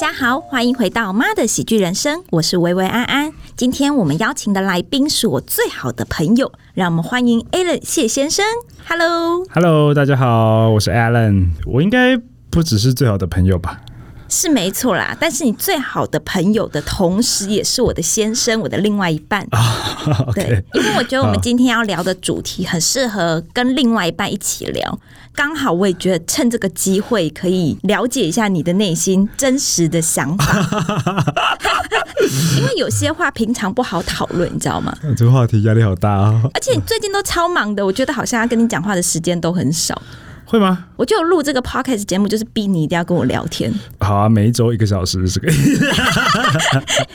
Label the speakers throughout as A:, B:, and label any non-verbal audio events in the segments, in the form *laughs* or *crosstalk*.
A: 家好，欢迎回到《妈的喜剧人生》，我是薇薇安安。今天我们邀请的来宾是我最好的朋友，让我们欢迎 Alan 谢先生。Hello，
B: Hello，大家好，我是 Alan。我应该不只是最好的朋友吧？
A: 是没错啦，但是你最好的朋友的同时，也是我的先生，我的另外一半。对
B: OK，
A: 因为我觉得我们
B: 好
A: 今天要聊的主题很适合跟另外一半一起聊，刚好我也觉得趁这个机会可以了解一下你的内心真实的想法，因为有些话平常不好讨论，你知道吗？
B: *laughs* 这个话题压力好大哦。
A: 而且你最近都超忙的，我觉得好像要跟你讲话的时间都很少。
B: 会吗？
A: 我就录这个 podcast 节目，就是逼你一定要跟我聊天，
B: 好啊，每一周一个小时，这个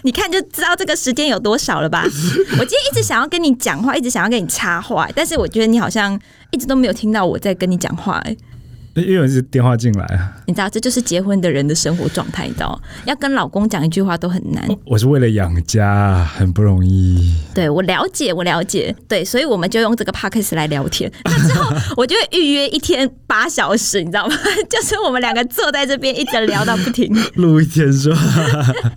A: 你看就知道这个时间有多少了吧？ *laughs* 我今天一直想要跟你讲话，一直想要跟你插话，但是我觉得你好像一直都没有听到我在跟你讲话、哎
B: *laughs* 因为有一直电话进来啊，
A: 你知道，这就是结婚的人的生活状态，你知道，要跟老公讲一句话都很难。
B: 哦我是为了养家，很不容易。
A: 对我了解，我了解，对，所以我们就用这个 podcast 来聊天。那之后我就会预约一天八小时，你知道吗？ *laughs* 就是我们两个坐在这边一直聊到不停。
B: 录一天说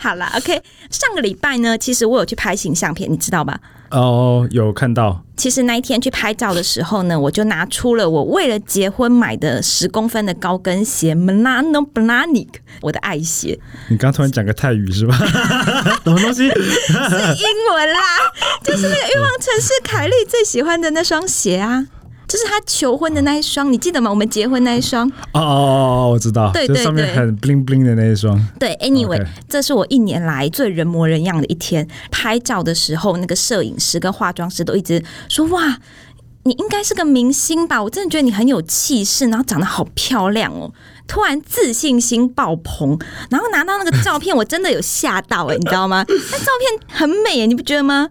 A: 好啦 o、k 上个礼拜呢，其实我有去拍形象片，你知道吧？
B: 哦，有看到
A: 其实那一天去拍照的时候呢，我就拿出了我为了结婚买的十公分的高跟鞋 Milano Blahnik，我的爱鞋。
B: 你刚突然讲个泰语是吧？ *laughs* 什么东
A: 是
B: 西？
A: 英文啦，就是那个欲望城市凯莉最喜欢的那双鞋啊，就是她求婚的那一双，你记得吗？我们结婚那一双。
B: *laughs* 哦哦哦，我知道，
A: 对
B: 就
A: 对
B: 上面
A: 对
B: 很 bling bling 的那一双。
A: 对，anyway，、
B: OK
A: 这是我一年来最人模人样的一天。拍照的时候，那个摄影师跟化妆师都一直说：“哇，你应该是个明星吧？我真的觉得你很有气势，然后长得好漂亮哦。”突然自信心爆棚，然后拿到那个照片，我真的有吓到哎、你知道吗？那照片很美哎、你不觉得吗？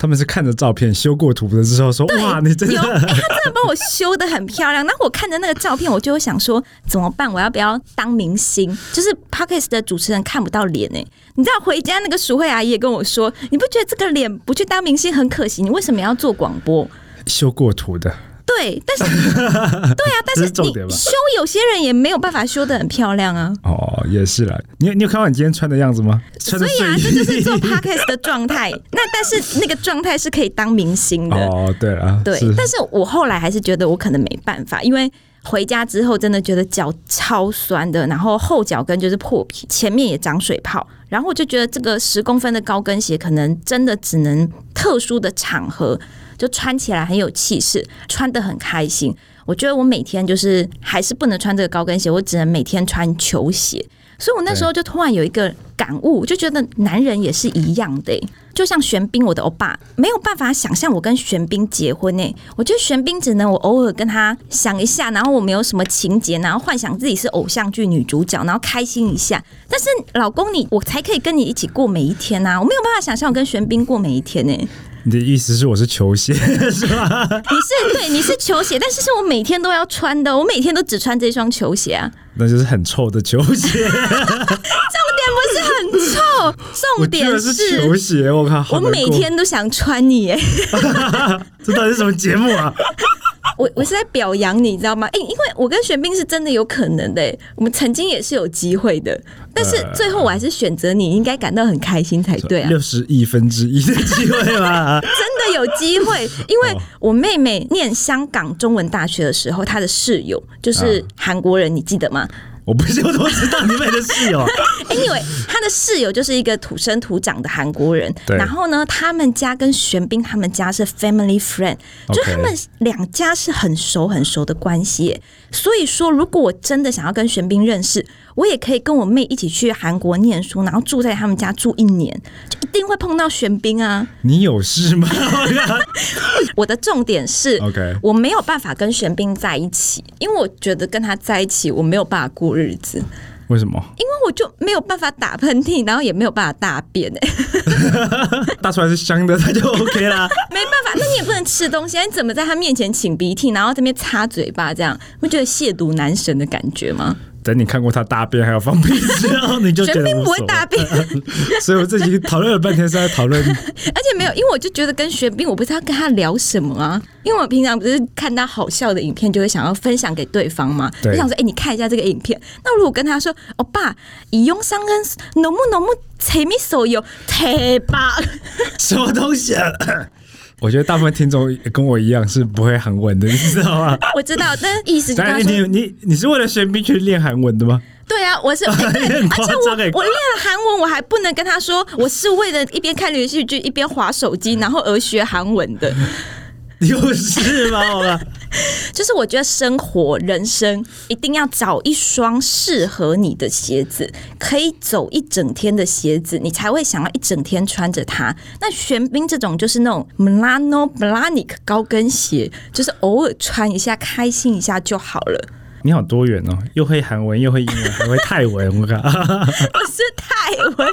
B: 他们是看着照片修过图的之后说：“哇，你真
A: 有，
B: 的
A: 哎、他真的帮我修的很漂亮。那我看着那个照片，我就会想说，怎么办？我要不要当明星？就是 p o d c a s t 的主持人看不到脸哎、你知道回家那个淑慧阿姨也跟我说，你不觉得这个脸不去当明星很可惜？你为什么要做广播？
B: *laughs* 修过图的。
A: 对，但
B: *laughs*
A: 是对啊，但
B: 这
A: 是
B: 是重点
A: 你
B: 吧
A: 修有些人也没有办法修的很漂亮啊。”
B: 哦，也是啦。你你有看到你今天穿的样子吗？
A: 所
B: 穿着
A: 以啊，这
B: 睡衣。
A: 就是做 podcast 的状态。那但是那个状态是可以当明星的，
B: *laughs* 哦，对了，
A: 对
B: 是，
A: 但是我后来还是觉得我可能没办法，因为回家之后真的觉得脚超酸的，然后后脚跟就是破皮，前面也长水泡，然后我就觉得这个十公分的高跟鞋可能真的只能特殊的场合就穿起来很有气势，穿得很开心。我觉得我每天就是还是不能穿这个高跟鞋，我只能每天穿球鞋。所以我那时候就突然有一个感悟，就觉得男人也是一样的欸、就像玄彬，我的欧巴没有办法想象我跟玄彬结婚呢、我觉得玄彬只能我偶尔跟他想一下，然后我没有什么情节，然后幻想自己是偶像剧女主角，然后开心一下。但是老公你，我才可以跟你一起过每一天呐、啊！我没有办法想象我跟玄彬过每一天呢、
B: 你的意思是我是球鞋？ *laughs*
A: 你是对你是球鞋，但是是我每天都要穿的，我每天都只穿这双球鞋啊。
B: 那就是很臭的球鞋。
A: 重点不是很臭，
B: *laughs* 我
A: *laughs* 重
B: 居
A: 点
B: 然是球鞋，我靠！好
A: 我
B: 难
A: 每
B: 过
A: 天都想穿你耶， *laughs*
B: 这到底是什么节目啊？
A: 我我是在表扬你，你知道吗？哎、因为我跟玄彬是真的有可能的耶，我们曾经也是有机会的，但是最后我还是选择你，应该感到很开心才 *laughs* 对啊，
B: 六十亿分之一的机会
A: *laughs*
B: 吧？
A: 真的有机会，因为
B: 哦
A: 我妹妹念香港中文大学的时候，她的室友就是韩国人，你记得吗？
B: 我不是，我怎么知道你妹的
A: *laughs*
B: 室友啊？
A: Anyway，他的室友就是一个土生土长的韩国人，
B: 对
A: 然后呢，他们家跟玄彬他们家是 family friend，就
B: OK
A: 他们两家是很熟很熟的关系耶。所以说，如果我真的想要跟玄彬认识，我也可以跟我妹一起去韩国念书，然后住在他们家住一年，就一定会碰到玄彬啊。
B: *laughs* 你有事吗 *laughs*
A: 我的重点是。
B: ？OK，
A: 我没有办法跟玄彬在一起，因为我觉得跟他在一起，我没有办法过日子，
B: 为什么
A: 因为我就没有办法打喷嚏，然后也没有办法大便、哎。
B: 大出来是香的，它就 OK 啦？
A: 没办法，那你也不能吃东西，啊！你怎么在他面前擤鼻涕，然后这边擦嘴巴，这样，不觉得亵渎男神的感觉吗？
B: 等你看过他大便还有放屁之后，你就觉
A: 玄
B: 得
A: 彬
B: 无
A: 不会
B: 所谓
A: 大便，
B: 所以我自己讨论了半天是在讨论，
A: 而且没有，因为我就觉得跟玄彬，我不知道跟他聊什么啊。因为我平常不是看他好笑的影片，就会想要分享给对方嘛。
B: 对
A: 就想说，哎、你看一下这个影片。那如果跟他说，欧巴，以用上跟浓木浓木柴米手游铁吧，
B: 什么东西、啊？ *coughs* 我觉得大部分听众跟我一样是不会韩文的，你知道 *laughs* 吗？
A: 我知道，但意思就跟
B: 当
A: 他
B: 然，
A: 说，
B: 你你你是为了玄彬去练韩文的吗？
A: 对啊， *laughs* 我是，哎对
B: 很
A: 而
B: 夸
A: 且
B: 张
A: 我我
B: 哎
A: 练了韩文，我还不能跟他说我是为了一边看连续剧一边划手机，然后而学韩文的。
B: *laughs* 你有事吗？好吧，
A: *laughs* 就是我觉得生活人生一定要找一双适合你的鞋子，可以走一整天的鞋子，你才会想要一整天穿着它。那玄彬这种就是那种 Milano Blahnik 高跟鞋，就是偶尔穿一下开心一下就好了。
B: 你好多元哦，又会韩文，又会英文，还会泰文，我靠！ *laughs*
A: 不是泰文，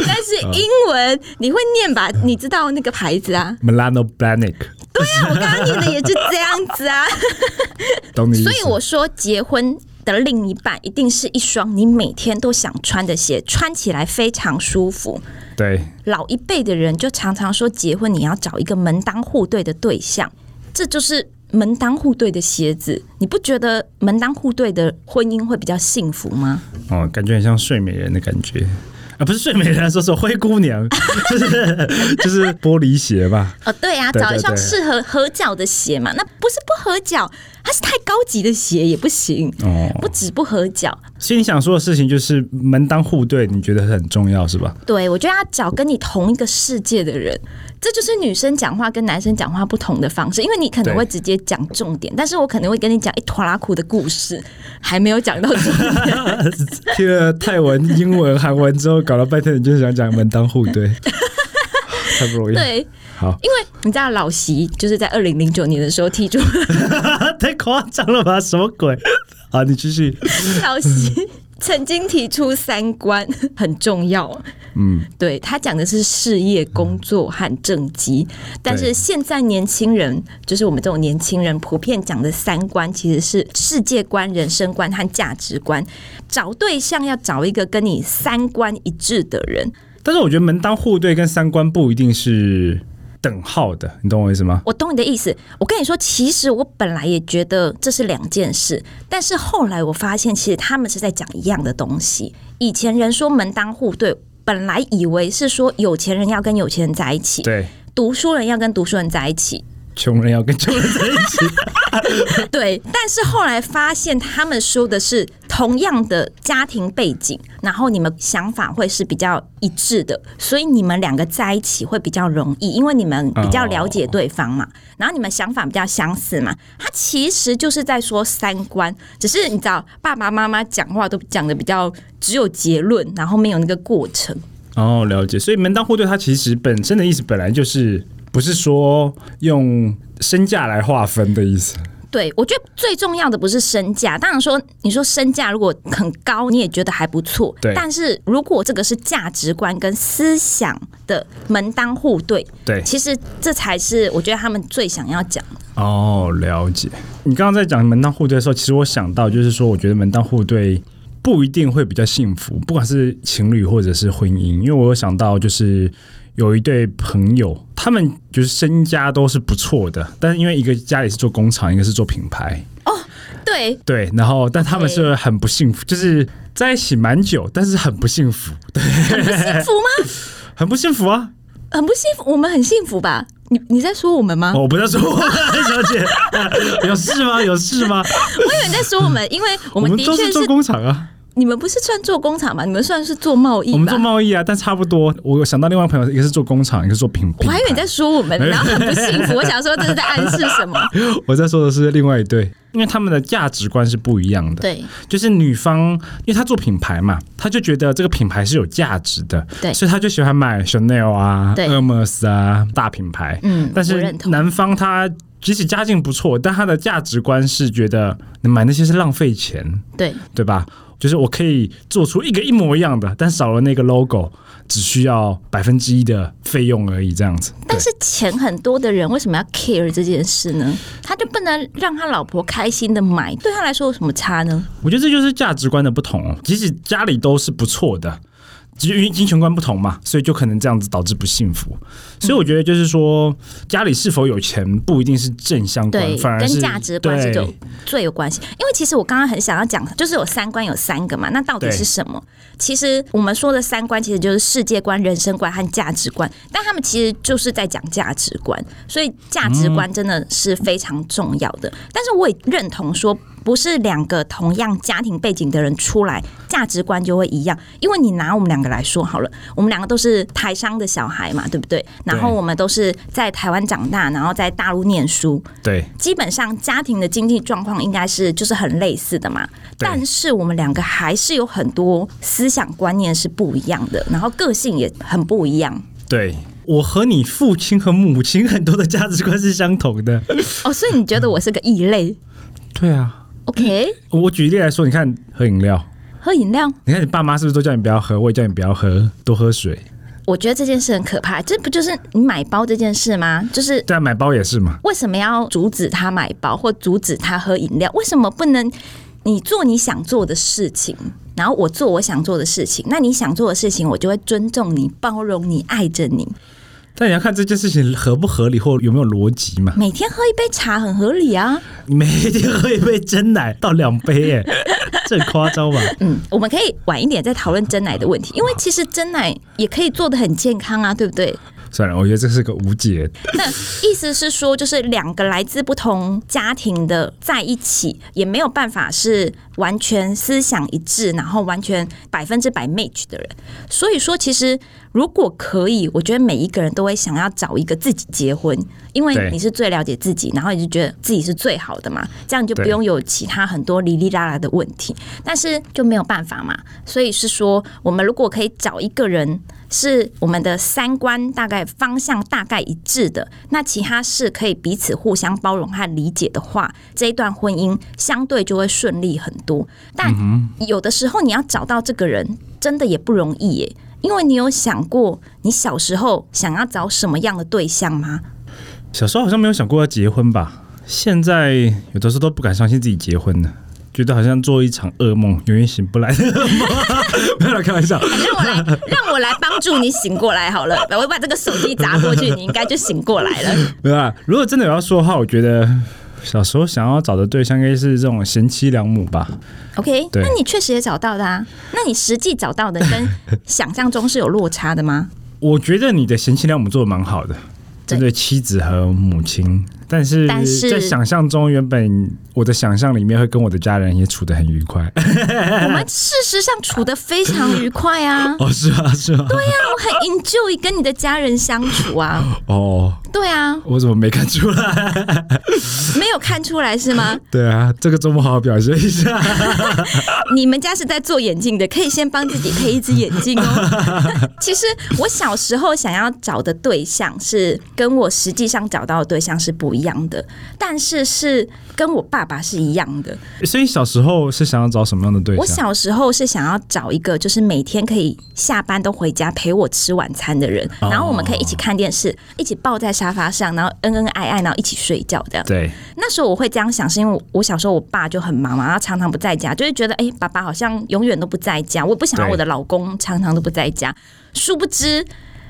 A: 但是
B: 啊
A: 英文你会念吧？你知道那个牌子
B: *laughs*
A: 啊？
B: Milano Blahnik，
A: 对啊，我刚刚念的也是这样子啊。
B: 懂你意思。
A: 所以我说，结婚的另一半一定是一双你每天都想穿的鞋，穿起来非常舒服。
B: 对，
A: 老一辈的人就常常说，结婚你要找一个门当户对的对象，这就是门当户对的鞋子。你不觉得门当户对的婚姻会比较幸福吗？
B: 哦，感觉很像睡美人的感觉啊，不是睡美人，说是灰姑 *laughs* 娘，就是就是玻璃鞋吧？
A: 哦，对啊，
B: 对
A: 找一
B: 对
A: 双
B: 对
A: 适合合脚的鞋嘛，那不是不合脚，它是太高级的鞋也不行。
B: 哦，
A: 不止不合脚，
B: 所以你想说的事情就是门当户对，你觉得很重要是吧？
A: 对，我觉得要找跟你同一个世界的人，这就是女生讲话跟男生讲话不同的方式。因为你可能
B: 对
A: 会直接讲重点，但是我可能会跟你讲一哎拖拉苦的故事，还没有讲到重
B: *laughs*
A: 点。
B: 听了泰文、英文、韩文之后，搞了半天，你就是想讲门当户对， *laughs* 太不容易。
A: 对，
B: 好，
A: 因为你知道老席就是在二零零九年的时候提出
B: 啊太夸张了吧？什么鬼？好，你继续。
A: 老席。曾经提出三观 *laughs* 很重要，嗯，对他讲的是事业、工作和政绩，但是
B: 对
A: 现在年轻人，就是我们这种年轻人，普遍讲的三观其实是世界观、人生观和价值观。找对象要找一个跟你三观一致的人，
B: 但是我觉得门当户对跟三观不一定是等号的，你懂我意思吗？
A: 我懂你的意思。我跟你说，其实我本来也觉得这是两件事，但是后来我发现，其实他们是在讲一样的东西。以前人说门当户对，本来以为是说有钱人要跟有钱人在一起，
B: 对，
A: 读书人要跟读书人在一起，
B: 穷人要跟穷人在一起。 *laughs*
A: 对。但是后来发现，他们说的是同样的家庭背景，然后你们想法会是比较一致的，所以你们两个在一起会比较容易，因为你们比较了解对方嘛，然后你们想法比较相似嘛。他其实就是在说三观，只是你知道，爸爸妈妈讲话都讲的比较只有结论，然后没有那个过程。
B: 哦，了解。所以门当户对，它其实本身的意思本来就是不是说用身价来划分的意思。
A: 对，我觉得最重要的不是身价，当然说你说身价如果很高，你也觉得还不错。
B: 对
A: 但是如果这个是价值观跟思想的门当户对，
B: 对，
A: 其实这才是我觉得他们最想要讲的。
B: 哦，了解。你刚刚在讲门当户对的时候，其实我想到就是说，我觉得门当户对不一定会比较幸福，不管是情侣或者是婚姻，因为我有想到就是有一对朋友，他们就是身家都是不错的，但是因为一个家里是做工厂，一个是做品牌， *laughs*
A: 对，
B: 对，然后但他们是很不幸福，就是在一起蛮久，但是很不幸 *laughs* 福，对，
A: 很不幸福吗？
B: 很不幸福啊！
A: 很不幸福，我们很幸福吧？你你在说我们吗？
B: 哦我不在说 *laughs* 我，小姐， *laughs* 有事吗？有事吗？
A: 我以为你在说我们，因为我
B: 我
A: 们
B: 们
A: 的
B: 都
A: 确
B: 是做
A: 是
B: 工厂啊。
A: 你们不是算做工厂吧？你们算是做贸易吧？
B: 我们做贸易啊，但差不多。我有想到另外一个朋友，一个是做工厂，一个是做品
A: 我
B: 品
A: 还以。
B: 牌
A: 为你在说我们，然后很不幸福。我想说这是在暗示什
B: *laughs*
A: 么？
B: *laughs* 我在说的是另外一对，因为他们的价值观是不一样的。
A: 对，
B: 就是女方，因为她做品牌嘛，她就觉得这个品牌是有价值的，
A: 对
B: 所以她就喜欢买 Chanel 啊、
A: 对
B: Hermes 啊大品牌。
A: 嗯，
B: 但
A: 我
B: 是
A: 认同。
B: 男方他即使家境不错，但他的价值观是觉得你买那些是浪费钱，
A: 对，
B: 对吧？就是我可以做出一个一模一样的，但少了那个 logo，只需要百分之一的费用而已，这样子。对
A: 但是钱很多的人为什么要 care 这件事呢？他就不能让他老婆开心的买，对他来说有什么差呢？
B: 我觉得这就是价值观的不同、哦，即使家里都是不错的，只因为金钱观不同嘛，所以就可能这样子导致不幸福。
A: 嗯
B: 所以我觉得就是说，家里是否有钱不一定是正相
A: 对
B: 关，，反而
A: 跟
B: 是
A: 价值观是
B: 对
A: 有最有关系。因为其实我刚刚很想要讲，就是有三观有三个嘛，那到底
B: 对
A: 是什么？其实我们说的三观，其实就是世界观、人生观和价值观，但他们其实就是在讲价值观，所以价值观真的是非常重要的。但是我也认同说。不是两个同样家庭背景的人出来，价值观就会一样。因为你拿我们两个来说好了，我们两个都是台商的小孩嘛，对不对？然后我们都是在台湾长大，然后在大陆念书，
B: 对
A: 基本上家庭的经济状况应该是就是很类似的嘛，但是我们两个还是有很多思想观念是不一样的，然后个性也很不一样
B: 对。我和你父亲和母亲很多的价值观是相同的，
A: 哦，所以你觉得我是个异类
B: 对啊。
A: ？OK，
B: 我举例来说，你看喝饮料，
A: 喝饮料，
B: 你看你爸妈是不是都叫你不要喝？我也叫你不要喝，多喝水。
A: 我觉得这件事很可怕，这不就是你买包这件事吗？就是。
B: 但买包也是嘛，
A: 为什么要阻止他买包或阻止他喝饮料？为什么不能你做你想做的事情，然后我做我想做的事情？那你想做的事情，我就会尊重你、包容你、爱着你。
B: 但你要看这件事情合不合理或有没有逻辑嘛。
A: 每天喝一杯茶很合理啊。
B: *laughs* 每天喝一杯真奶到两杯 *laughs* 耶，这很夸张吧？
A: 嗯，我们可以晚一点再讨论真奶的问题，因为其实真奶也可以做的很健康啊，对不对？
B: 算了，我觉得这是个无解。
A: 那意思是说，就是两个来自不同家庭的在一起，也没有办法是完全思想一致，然后完全百分之百 match 的人。所以说，其实如果可以，我觉得每一个人都会想要找一个自己结婚，因为
B: 对
A: 你是最了解自己，然后你就觉得自己是最好的嘛，这样你就不
B: 对
A: 用有其他很多哩哩啦啦的问题。但是就没有办法嘛，所以是说，我们如果可以找一个人。是我们的三观大概方向大概一致的，那其他是可以彼此互相包容和理解的话，这一段婚姻相对就会顺利很多。但有的时候你要找到这个人，真的也不容易耶，因为你有想过你小时候想要找什么样的对象吗？
B: 小时候好像没有想过要结婚吧？现在有的时候都不敢相信自己结婚了。觉得好像做一场噩梦，永远醒不来的噩 *laughs* 梦。没有啦，开玩笑。
A: 让我来，让我来帮助你醒过来好了。我把这个手机砸过去，你应该就醒过来了。
B: 没有啦，如果真的有要说的话，我觉得小时候想要找的对象应该是这种贤妻良母吧。
A: OK，
B: 对
A: 那你确实也找到的啊。那你实际找到的跟想象中是有落差的吗？
B: 我觉得你的贤妻良母做的蛮好的，
A: 对
B: 针对妻子和母亲。但是
A: 但是
B: 在想象中，原本我的想象里面会跟我的家人也处得很愉快。。
A: 我们事实上处得非常愉快啊
B: *laughs* 哦，是啊，是啊。
A: 对啊，我很 enjoy 跟你的家人相处啊。
B: 哦，
A: 对啊，
B: 我怎么没看出来？
A: 没有看出来是吗？
B: *laughs* 对啊，这个周末好好表现一下。 *laughs*
A: 你们家是在做眼镜的，可以先帮自己配一只眼镜哦。其实我小时候想要找的对象是跟我实际上找到的对象是不一样的，但是是跟我爸爸是一样的。
B: 所以小时候是想要找什么样的对
A: 我
B: 象？
A: 小时候是想要找一个，就是每天可以下班都回家陪我吃晚餐的人，
B: 哦
A: 然后我们可以一起看电视，一起抱在沙发上，然后恩恩爱爱，然后一起睡觉这样。
B: 对，
A: 那时候我会这样想，是因为我我小时候我爸就很忙嘛，然后常常不在家，就会觉得哎、诶爸爸好像永远都不在家，我不想要
B: 对
A: 我的老公常常都不在家。殊不知，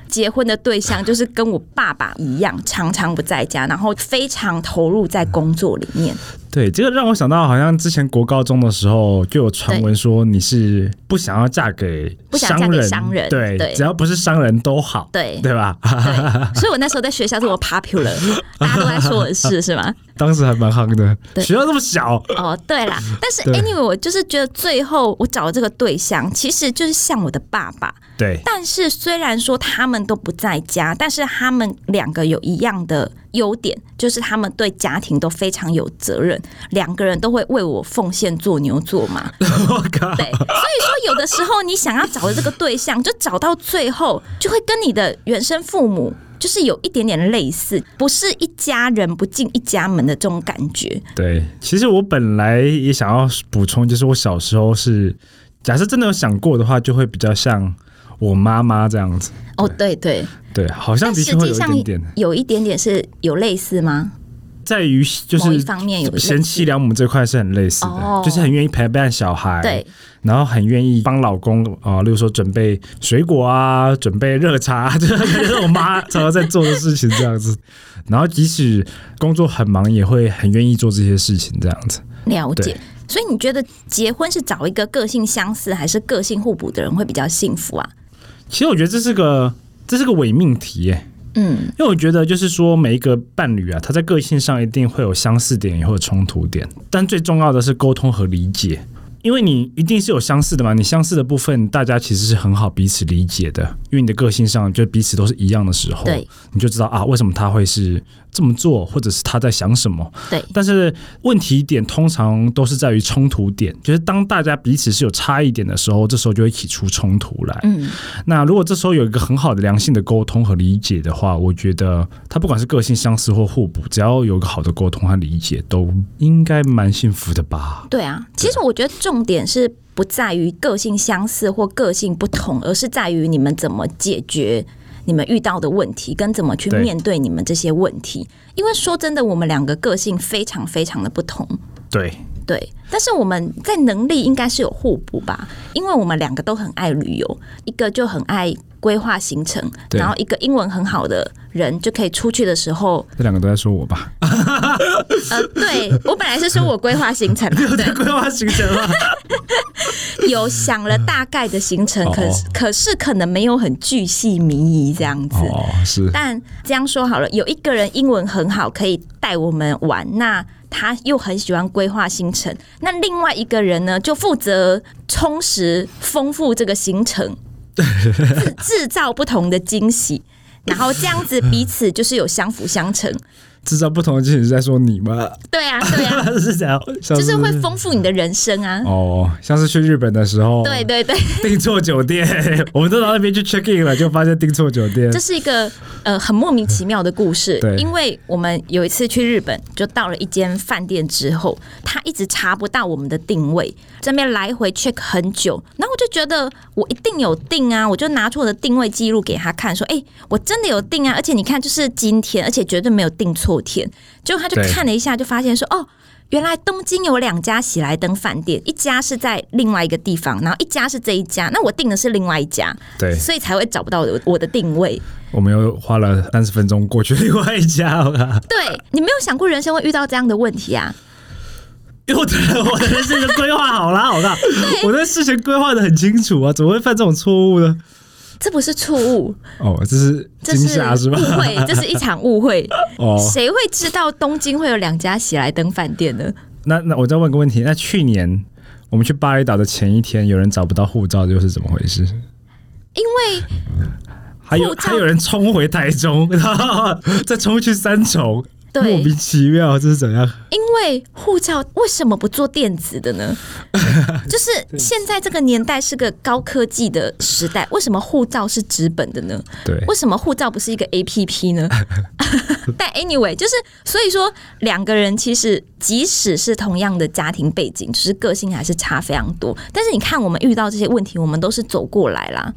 A: 结婚的对象就是跟我爸爸一样，常常不在家，然后非常投入在工作里面。
B: 对，这个让我想到，好像之前国高中的时候就有传闻说你是不想要嫁给
A: 不想嫁给商人
B: 对，
A: 对
B: 只要不是商人都好， *laughs*
A: 对
B: 对吧？
A: 对，所以我那时候在学校这么 popular，大家都在说我的事是吗？
B: 当时还蛮夯的，
A: 对
B: 学校那么小，
A: 哦，对啦，但是
B: 对
A: anyway，我就是觉得最后我找的这个对象，其实就是像我的爸爸。
B: 对
A: 但是虽然说他们都不在家，但是他们两个有一样的优点，就是他们对家庭都非常有责任，两个人都会为我奉献做牛做
B: *laughs*
A: 马。
B: *laughs* 我靠，
A: 对，所以说有的时候你想要找的这个对象，就找到最后就会跟你的原生父母。就是有一点点类似，不是一家人不进一家门的这种感觉。
B: 对，其实我本来也想要补充，就是我小时候是，假设真的有想过的话，就会比较像我妈妈这样子。
A: 哦，对对，
B: 对，好像
A: 但
B: 的
A: 实
B: 确会
A: 际
B: 有一
A: 上
B: 点点，
A: 有一点点是有类似吗？
B: 在于就
A: 某一
B: 是
A: 方面有类似
B: 贤妻良母这块是很类似的，
A: 哦
B: 就是很愿意陪伴小孩，
A: 对，
B: 然后很愿意帮老公啊、呃例如说准备水果啊，准备热茶、啊， *laughs* 这就是我妈常常在做的事情这样子。然后即使工作很忙，也会很愿意做这些事情这样子。
A: 了解
B: 对。
A: 所以你觉得结婚是找一个个性相似还是个性互补的人会比较幸福啊？
B: 其实我觉得这是个这是个伪命题耶，
A: 嗯，
B: 因为我觉得就是说每一个伴侣啊，他在个性上一定会有相似点，也会有冲突点，但最重要的是沟通和理解。因为你一定是有相似的嘛，你相似的部分，大家其实是很好彼此理解的，因为你的个性上就彼此都是一样的时候，
A: 对
B: 你就知道啊，为什么他会是这么做，或者是他在想什么。
A: 对，
B: 但是问题点通常都是在于冲突点，就是当大家彼此是有差异点的时候，这时候就会起出冲突来。
A: 嗯，
B: 那如果这时候有一个很好的良性的沟通和理解的话，我觉得他不管是个性相似或互补，只要有一个好的沟通和理解，都应该蛮幸福的吧。
A: 对啊。其实我觉得重点是不在于个性相似或个性不同，而是在于你们怎么解决你们遇到的问题，跟怎么去
B: 对
A: 面对你们这些问题。因为说真的，我们两个个性非常非常的不同。
B: 对，
A: 对，但是我们在能力应该是有互补吧，因为我们两个都很爱旅游，一个就很爱规划行程，
B: 对
A: 然后一个英文很好的人就可以出去的时
B: *laughs*
A: 候，
B: 这两个都在说
A: *laughs*
B: 我吧，
A: 呃，对我本来是说我规划行
B: *laughs*
A: 程嘛，对，
B: 规划行程吗？
A: 有想了大概的行程，可是
B: *laughs* 哦
A: 可是可能没有很巨细靡遗这样子。
B: 哦， *laughs* 是
A: 但这样说好了，有一个人英文很好，可以带我们玩，那他又很喜欢规划行程。那另外一个人呢，就负责充实、丰富这个行程，制制造不同的惊喜。然后这样子彼此就是有相辅相成，
B: 制造不同的惊喜是在说你吗？
A: 对啊，对啊，
B: *laughs* 是这样，就
A: 就是会丰富你的人生啊。
B: 哦，像是去日本的时候，
A: 对对对，
B: *laughs* 订错酒店，我们都到那边去 check in 了，就发现订错酒店
A: 这。是一个呃很莫名其妙的故事
B: 对，
A: 因为我们有一次去日本，就到了一间饭店之后，他一直查不到我们的定位，这边来回 check 很久，然后我就觉得我一定有定啊，我就拿出我的定位记录给他看，说，哎、我真的有定啊，而且你看就是今天，而且绝对没有定错天，结果他就
B: 对
A: 看了一下，就发现说，哦。原来东京有两家喜来登饭店，一家是在另外一个地方，然后一家是这一家。那我订的是另外一家，
B: 对，
A: 所以才会找不到我的我的定位。
B: 我们又花了三十分钟过去另外一家了。 *laughs*
A: 对你没有想过人生会遇到这样的问题啊？
B: 因为我的我的人生就规划好了，好吧？我的事情规划的很清楚啊，怎么会犯这种错误呢？
A: 这不是错误，
B: 哦，这是
A: 这
B: 惊
A: 是
B: 吓是
A: 误 *laughs*
B: 吧？
A: 会，
B: *laughs*
A: 这是一场误会。
B: 哦，
A: 谁会知道东京会有两家喜来登饭店呢？
B: 那那我再问个问题，那去年我们去巴厘岛的前一天，有人找不到护照，又是怎么回事？
A: 因为
B: 还有
A: 护照
B: 还有人冲回台中， *laughs* 然后再冲去三重，莫
A: 对，
B: 名其妙，这是怎样？
A: 因为护照为什么不做电子的
B: *laughs*
A: 呢？就是现在这个年代是个高科技的时代，为什么护照是纸本的呢？
B: 对，
A: 为什么护照不是一个 A P P
B: *laughs*
A: 呢？但 anyway，就是所以说两个人其实即使是同样的家庭背景，就是个性还是差非常多。但是你看，我们遇到这些问题，我们都是走过来啦。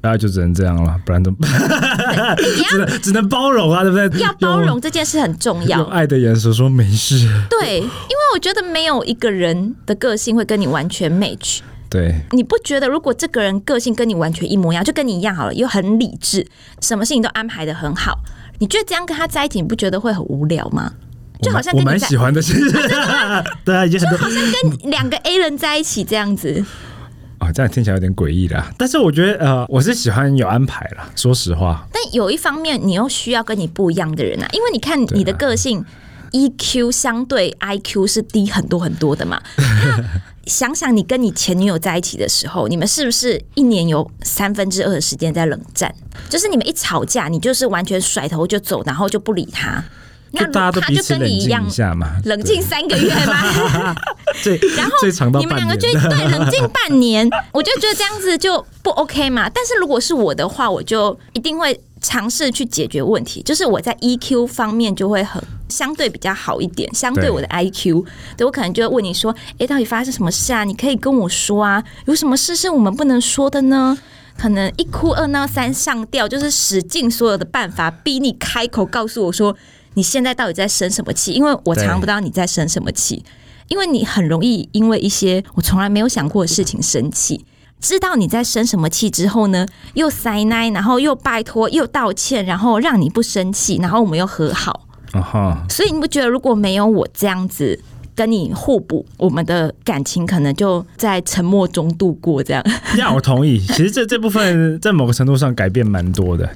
B: 那就只能这样了，不然怎么办？
A: 你
B: 只能 *laughs* 只能包容啊，对不对？
A: 要要包容这件事很重
B: 用，
A: 要
B: 用，爱的眼神说没事。
A: 对，因为我觉得没有一个人的个性会跟你完全 match。
B: 对，
A: 你不觉得如果这个人个性跟你完全一模一样，就跟你一样好了，又很理智，什么事情都安排的很好，你觉得这样跟他在一起，你不觉得会很无聊吗？就好像
B: 我
A: 跟
B: 蛮
A: 你在
B: 喜欢
A: *laughs*
B: 的，其实 *laughs* 对啊，已经很多
A: 跟两个 A 人在一起这样子，
B: 哦，这样听起来有点诡异啦。但是我觉得呃，我是喜欢有安排啦，说实话，
A: 但有一方面你又需要跟你不一样的人啊，因为你看
B: 啊
A: 你的个性、EQ 相对 IQ 是低很多很多的
B: *laughs*
A: 嘛。那想想你跟你前女友在一起的时候，你们是不是一年有三分之二的时间在冷战？就是你们一吵架，你就是完全甩头就走，然后就不理他。那
B: 就
A: 如
B: 大家都
A: 他
B: 彼
A: 就
B: 此
A: 跟
B: 冷
A: 你一
B: 静
A: 样
B: 一下嘛，
A: 冷静三个月吗？
B: *laughs* 对，最
A: 然后
B: 最长到
A: 你们
B: 半
A: 两个
B: 年 *laughs*
A: 就对冷静半年，我就觉得这样子就不 OK 嘛。但是如果是我的话，我就一定会尝试去解决问题，就是我在 EQ 方面就会很相对比较好一点，相对我的 IQ，对我可能就会问你说，诶、到底发生什么事啊？你可以跟我说啊，有什么事是我们不能说的呢？可能一哭二闹三上吊，就是使尽所有的办法逼你开口告诉我说你现在到底在生什么气，因为我常常不知道你在生什么气，因为你很容易因为一些我从来没有想过的事情生气。知道你在生什么气之后呢，又塞奶，然后又拜托，又道歉，然后让你不生气，然后我们又和好。
B: 啊哈，
A: 所以你不觉得如果没有我这样子跟你互补，我们的感情可能就在沉默中度过？这样
B: 呀，我同意。其实这这部分在某个程度上改变蛮多的。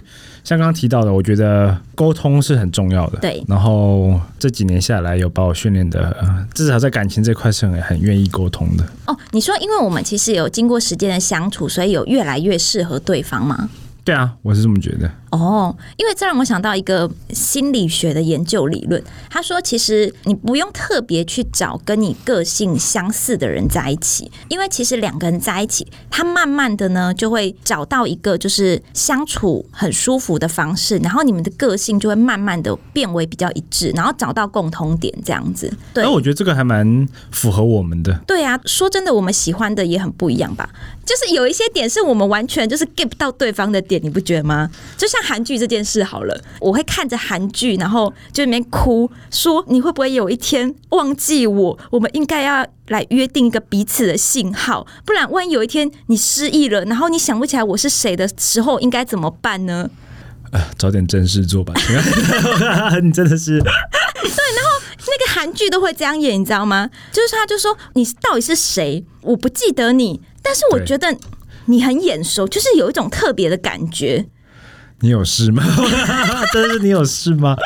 B: 像刚刚提到的，我觉得沟通是很重要的。
A: 对
B: 然后这几年下来，有把我训练的，呃至少在感情这块是很很愿意沟通的。
A: 哦，你说因为我们其实有经过时间的相处，所以有越来越适合对方吗？
B: 对啊，我是这么觉得。
A: 哦，因为这让我想到一个心理学的研究理论，他说其实你不用特别去找跟你个性相似的人在一起，因为其实两个人在一起，他慢慢的呢就会找到一个就是相处很舒服的方式，然后你们的个性就会慢慢的变为比较一致，然后找到共通点这样子。对
B: 然哎后，我觉得这个还蛮符合我们的。
A: 对啊，说真的，我们喜欢的也很不一样吧。就是有一些点是我们完全就是 get 不到对方的点，你不觉得吗？就像韩剧这件事好了，我会看着韩剧，然后就在里面哭，说你会不会有一天忘记我？我们应该要来约定一个彼此的信号，不然万一有一天你失忆了，然后你想不起来我是谁的时候，应该怎么办呢？
B: 呃，找点正事做吧。 *laughs* 你真的是
A: 那个韩剧都会这样演，你知道吗？就是他就说你到底是谁，我不记得你，但是我
B: 对
A: 觉得你很眼熟，就是有一种特别的感觉。
B: 你有事吗？ *laughs* 真的是你有事吗？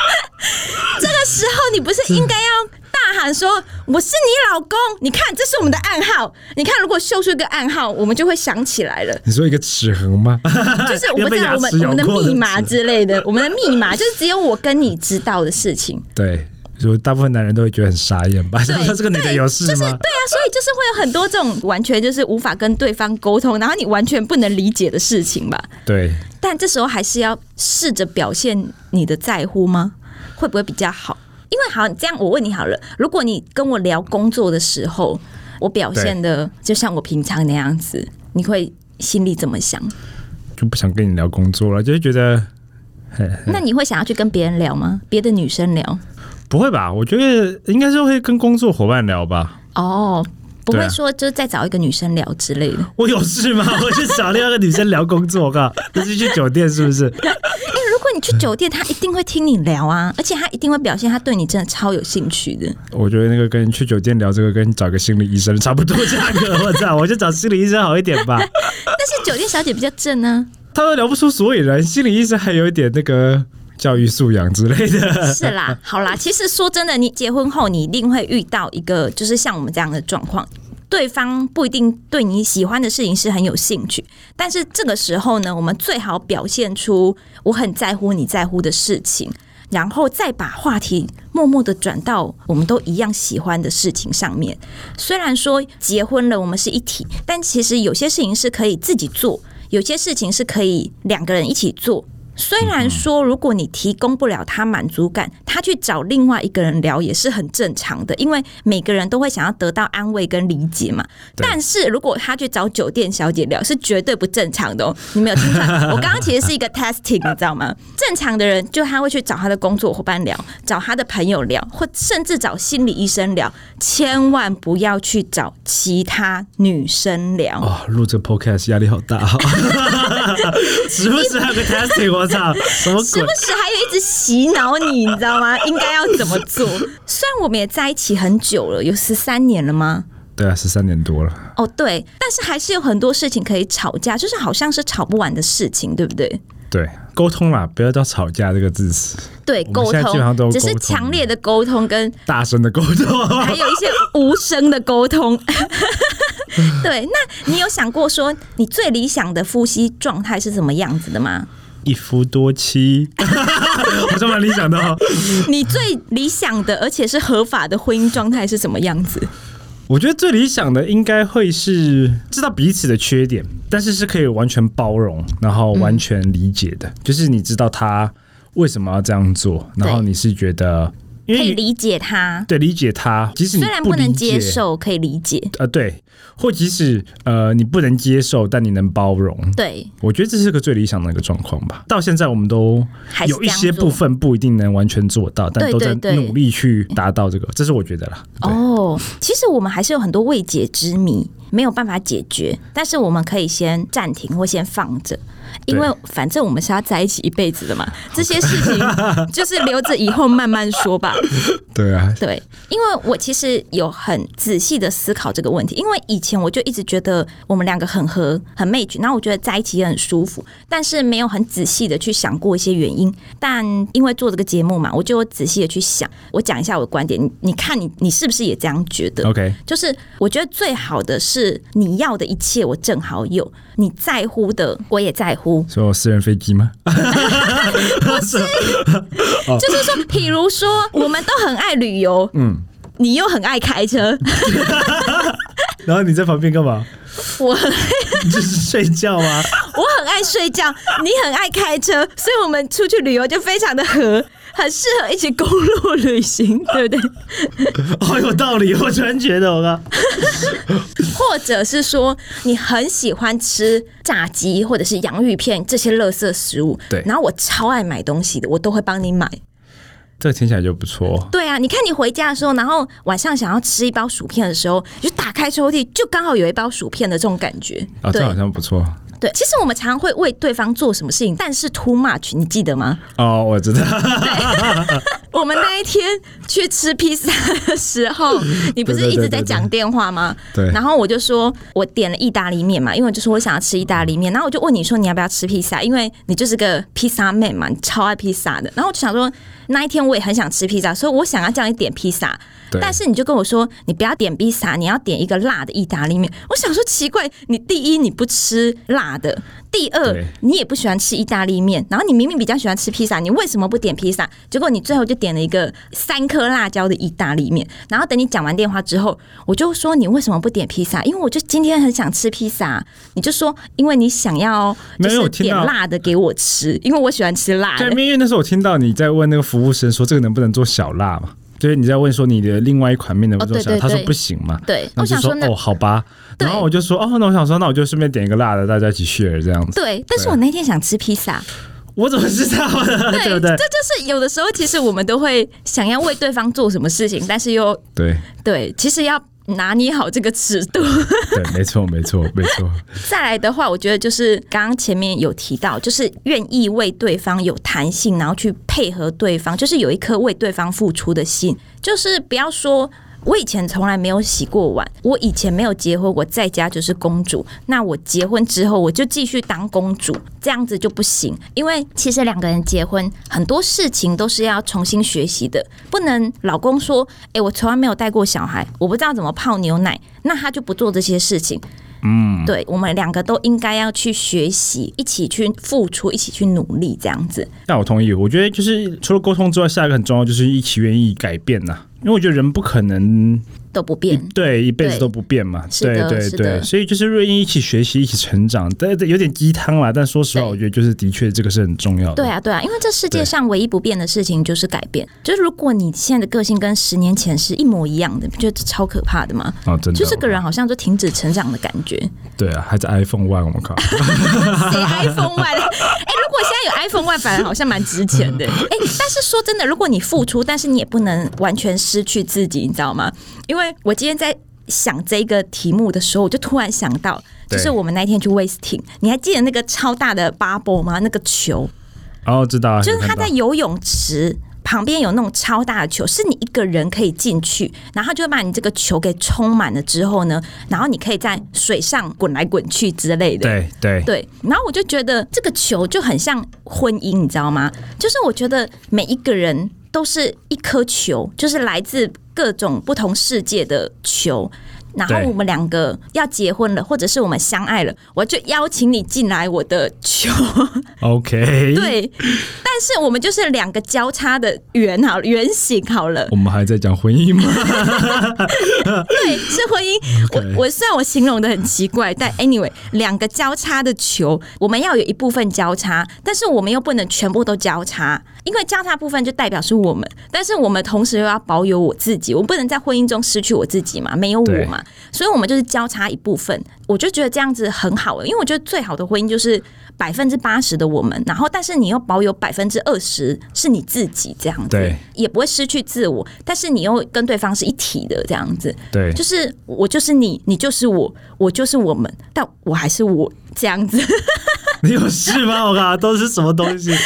A: 那时候你不是应该要大喊说我是你老公？你看，这是我们的暗号。你看，如果秀出一个暗号，我们就会想起来
B: *laughs*
A: 了。
B: 你说一个齿痕吗？
A: 就是我们
B: 被
A: 在
B: 牙
A: 我们
B: 齿
A: 我们的
B: 咬过的
A: 密码之类的，我们的密码就是只有我跟你知道的事情。
B: 对，所以大部分男人都会觉得很傻眼吧？想说这个女的有事吗？
A: 对啊，所以就是会有很多这种完全就是无法跟对方沟通，然后你完全不能理解的事情吧。
B: 对，
A: 但这时候还是要试着表现你的在乎吗？会不会比较好？因为好，这样我问你好了，如果你跟我聊工作的时候，我表现的就像我平常那样子，你会心里怎么 *laughs* 想？
B: 就不想跟你聊工作了，就是觉得
A: 那你会想要去跟别人聊吗？别的女生聊？
B: 不会吧？我觉得应该是会跟工作伙伴聊吧。
A: 哦，不
B: 对
A: 会
B: 啊
A: 说就是再找一个女生聊之类的。
B: 我有事吗？我去找另外一个女生聊工作，我靠，那是去酒店是不是？
A: 哎、如果你去酒店，他一定会听你聊啊，而且他一定会表现他对你真的超有兴趣的。
B: 我觉得那个跟去酒店聊这个跟找个心理医生差不多价格，我操，我就找心理医生好一点吧。
A: 但是酒店小姐比较正啊呢、
B: 他都聊不出所以然，心理医生还有一点那个教育素养之类
A: *laughs*
B: 的。
A: 是啦，好啦，其实说真的，你结婚后你一定会遇到一个就是像我们这样的状况。对方不一定对你喜欢的事情是很有兴趣，但是这个时候呢，我们最好表现出我很在乎你在乎的事情，然后再把话题默默的转到我们都一样喜欢的事情上面。虽然说结婚了，我们是一体，但其实有些事情是可以自己做，有些事情是可以 *laughs* 两个人一起做。虽然说，如果你提供不了他满足感，他去找另外一个人聊也是很正常的，因为每个人都会想要得到安慰跟理解嘛。
B: 对
A: 但是如果他去找酒店小姐聊，是绝对不正常的哦。你没有听错，我刚刚其实是一个 testing，你知道吗？正常的人就他会去找他的工作伙伴聊，找他的朋友聊，或甚至找心理医生聊，千万不要去找其他女生聊。
B: *laughs* 哦，录这个 podcast 压力好大、哦，时不时还有个 testing，我操，什么
A: 时
B: 鬼
A: 不？时还有一直洗脑你，你知道 *laughs* 吗？应该要怎么做？虽然我们也在一起很久了，有十三年了吗？
B: 对啊，十三点多了。
A: 哦，对，但是还是有很多事情可以吵架，就是好像是吵不完的事情，对不对？
B: 对，沟通啦，不要叫吵架这个字词，
A: 对，
B: 我们
A: 沟
B: 现在基本上都
A: 通
B: 有
A: 只是
B: 沟通
A: 强烈的沟通
B: *laughs*
A: 跟
B: 大声的沟通。 *laughs*
A: 还有一些无声的沟通。对，那你有想过说你最理想的夫妻状态是什么样子的吗？
B: 一夫多妻， *laughs* 好像蛮理想的哦。
A: 你最理想的而且是合法的婚姻状态是什么样子？
B: 我觉得最理想的应该会是知道彼此的缺点，但是是可以完全包容，然后完全理解
A: 嗯
B: 的，就是你知道他为什么要这样做，然后
A: 对
B: 你是觉得因
A: 可以
B: 为你
A: 理解他，
B: 对理解他，即使你
A: 虽然
B: 嗯不
A: 不能
B: 理
A: 接
B: 解
A: 受，可以理解。
B: 呃，对，或即使呃你不能接受，但你能包容，
A: 对，
B: 我觉得这是个最理想的一个状况吧。到现在我们都
A: 还是
B: 有一
A: 这样
B: 些
A: 做
B: 部分不一定能完全做到，但
A: 对
B: 都在
A: 对对
B: 努力去达到这个，这是我觉得啦。对，
A: 哦，其实我们还是有很多未解之谜，没有办法解决，但是我们可以先暂停或先放着，因为
B: 对
A: 反正我们是要在一起一辈子的嘛，这些事
B: *laughs*
A: 情就是留着以后慢慢说吧。
B: 对啊，
A: 对，因为我其实有很仔细的思考这个问题，因为以前我就一直觉得我们两个很合、很 match，然后我觉得在一起也很舒服，但是没有很仔细的去想过一些原因。但因为做这个节目嘛，我就有仔细的去想。我讲一下我的观点，你你看你你是不是也这样觉得？
B: OK，
A: 就是我觉得最好的是你要的一切我正好有，你在乎的我也在乎。
B: 所以我私人飞机吗？
A: 就是说，比如说我们都很爱旅游，嗯，你又很爱开车， *laughs*
B: 然后你在旁边干嘛？ *laughs*
A: 我
B: 就是睡觉吗？ *laughs*
A: 我很爱睡觉，你很爱开车，所以我们出去旅游就非常的合，很适合一起公路旅行，对不对？
B: 好哦有道理，我突然觉得我靠，
A: 或者是说你很喜欢吃炸鸡或者是洋芋片这些垃圾食物，
B: 对
A: 然后我超爱买东西的，我都会帮你买。
B: 这听起来就不错。
A: 对啊，你看你回家的时候，然后晚上想要吃一包薯片的时候，你就打开抽屉，就刚好有一包薯片的这种感觉。
B: 啊，
A: 对
B: 这好像不错
A: 对，其实我们常常会为对方做什么事情，但是 too much，你记得吗？
B: 哦，我知道，
A: *laughs* 我们那一天去吃披萨的时
B: *laughs*
A: 候，你不是一直在讲电话吗？
B: 对对对对对
A: 然后我就说，我点了意大利面嘛，因为我就说我想要吃意大利面。然后我就问你说，你要不要吃披萨？因为你就是个披萨妹嘛，你超爱披萨的。然后我就想说，那一天我也很想吃披萨，所以我想要叫你点披萨。
B: 对
A: 但是你就跟我说，你不要点披萨，你要点一个辣的意大利面。我想说奇怪，你第一你不吃辣的，第二
B: 对
A: 你也不喜欢吃意大利面，然后你明明比较喜欢吃披萨，你为什么不点披萨？结果你最后就点了一个三颗辣椒的意大利面。然后等你讲完电话之后，我就说你为什么不点披萨？因为我就今天很想吃披萨。 *laughs* 你就说因为你想要就
B: 没有
A: 是
B: 我听
A: 点
B: 到
A: 辣的给我吃，因为我喜欢吃辣
B: 对，
A: 的。
B: 因为那时候我听到你在问那个服务生说这个能不能做小辣嘛，就是你在问说你的另外一款面能不能做小辣，
A: 哦对对
B: 他说
A: 对
B: 不行嘛，
A: 对，
B: 然后
A: 我
B: 就
A: 想
B: 说
A: 说那
B: 哦，好吧，
A: 对
B: 然后我就说哦，那我想说，那我就顺便点一个辣的，大家一起 share 这样子。
A: 对，但是我那天想吃披萨。
B: 我怎么知道呢？啊 *laughs* 对不对？
A: 这就是有的时候，其实我们都会想要为对方做什么事情，但是又
B: 对
A: 对，其实要拿捏好这个尺度。
B: 对，没错没错没错，
A: 再来的话，我觉得就是刚刚前面有提到，就是愿意为对方有弹性，然后去配合对方，就是有一颗为对方付出的心，就是不要说。我以前从来没有洗过碗，我以前没有结婚，我在家就是公主。那我结婚之后，我就继续当公主，这样子就不行。因为其实两个人结婚，很多事情都是要重新学习的，不能老公说：“诶、我从来没有带过小孩，我不知道怎么泡牛奶。”那他就不做这些事情。
B: 嗯
A: 对我们两个都应该要去学习，一起去付出，一起去努力，这样子。
B: 那我同意。我觉得就是除了沟通之外，下一个很重要就是一起愿意改变呐、因为我觉得人不可能
A: 都不变，
B: 对一辈子
A: 对
B: 都不变嘛，
A: 是
B: 对
A: 的
B: 对
A: 是
B: 对，
A: 的
B: 所以就是愿意一起学习、一起成长，但有点鸡汤啦。但说实话，
A: 对
B: 我觉得就是的确这个是很重要的。
A: 对啊，对啊，因为这世
B: 对
A: 界上唯一不变的事情就是改变。就是如果你现在的个性跟十年前是一模一样的，你不觉得这超可怕的吗？
B: 啊，真的，
A: 就这个人好像就停止成长的感觉。
B: 对啊，还在 iPhone One，我靠， *laughs*
A: 谁 iPhone One？哎、如果现在有 iPhone One，反而好像蛮值钱
B: 嗯
A: 的。哎、但是说真的，如果你付出，但是你也不能完全失去自己，你知道吗？因为我今天在想这个题目的时候，我就突然想到，
B: 对
A: 就是我们那天去威斯汀，你还记得那个超大的 bubble 吗？那个球，
B: 哦，知道
A: *laughs*
B: 啊，
A: 就是
B: 有看
A: 他
B: 到
A: 在游泳池。旁边有那种超大的球，是你一个人可以进去，然后他就会把你这个球给充满了之后呢，然后你可以在水上滚来滚去之类的。
B: 对对
A: 对，然后我就觉得这个球就很像婚姻，你知道吗？就是我觉得每一个人都是一颗球，就是来自各种不同世界的球。然后
B: 对
A: 我们两个要结婚了，或者是我们相爱了，我就邀请你进来我的球。
B: OK，，
A: 对，但是我们就是两个交叉的圆好了圆形好了，
B: 我们还在讲婚
A: *laughs*
B: 姻吗？
A: 对，是婚姻。
B: 嗯 OK
A: 我我虽然我形容的很奇怪，但 anyway，两个交叉的球，我们要有一部分交叉，但是我们又不能全部都交叉，因为交叉部分就代表是我们，但是我们同时又要保有我自己，我不能在婚姻中失去我自己嘛，没有我嘛，所以我们就是交叉一部分。我就觉得这样子很好，因为我觉得最好的婚姻就是百分之八十的我们，然后但是你又保有百分之二十是你自己这样子，
B: 对
A: 也不会失去自我，但是你又跟对方是一体的这样子。
B: 对，
A: 就是我就是你，你就是我，我就是我们，但我还是我这样子，这 *laughs* 真
B: 你有事吗？我靠，都是什么东
A: *laughs*
B: 西？
A: 的